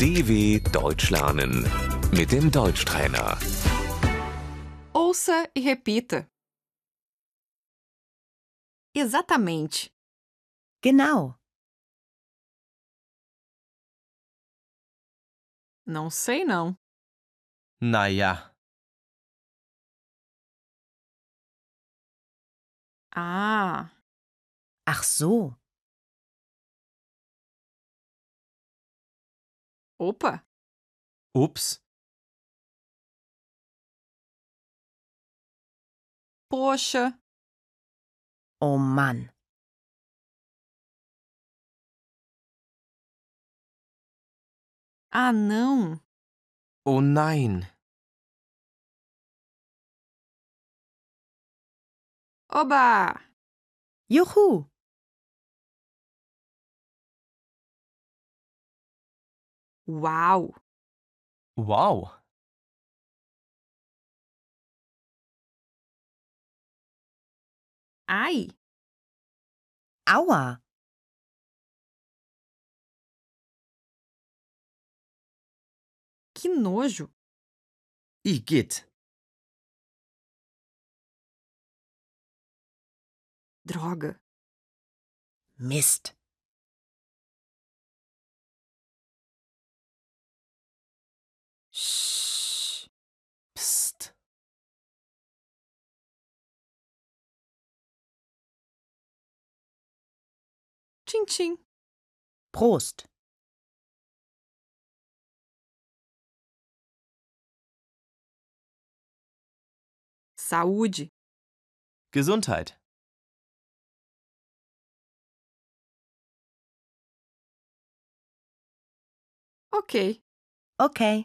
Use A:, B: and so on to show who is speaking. A: DW Deutsch lernen mit dem Deutschtrainer.
B: Ouça e repita. Exatamente.
C: Genau.
B: Não sei não.
D: Naja,
B: Ah,
C: Ach so.
B: opa,
D: ups,
B: poxa,
C: Oh Mann.
B: ah não,
D: oh nein,
B: oba,
C: Juhu.
B: uau,
D: wow,
B: ai,
C: Aua.
B: que nojo,
D: igitt,
B: droga,
C: Mist.
B: shhh,
D: psst,
B: tchim tchim,
C: Prost.
B: saúde,
D: Gesundheit,
B: ok,
C: Okay.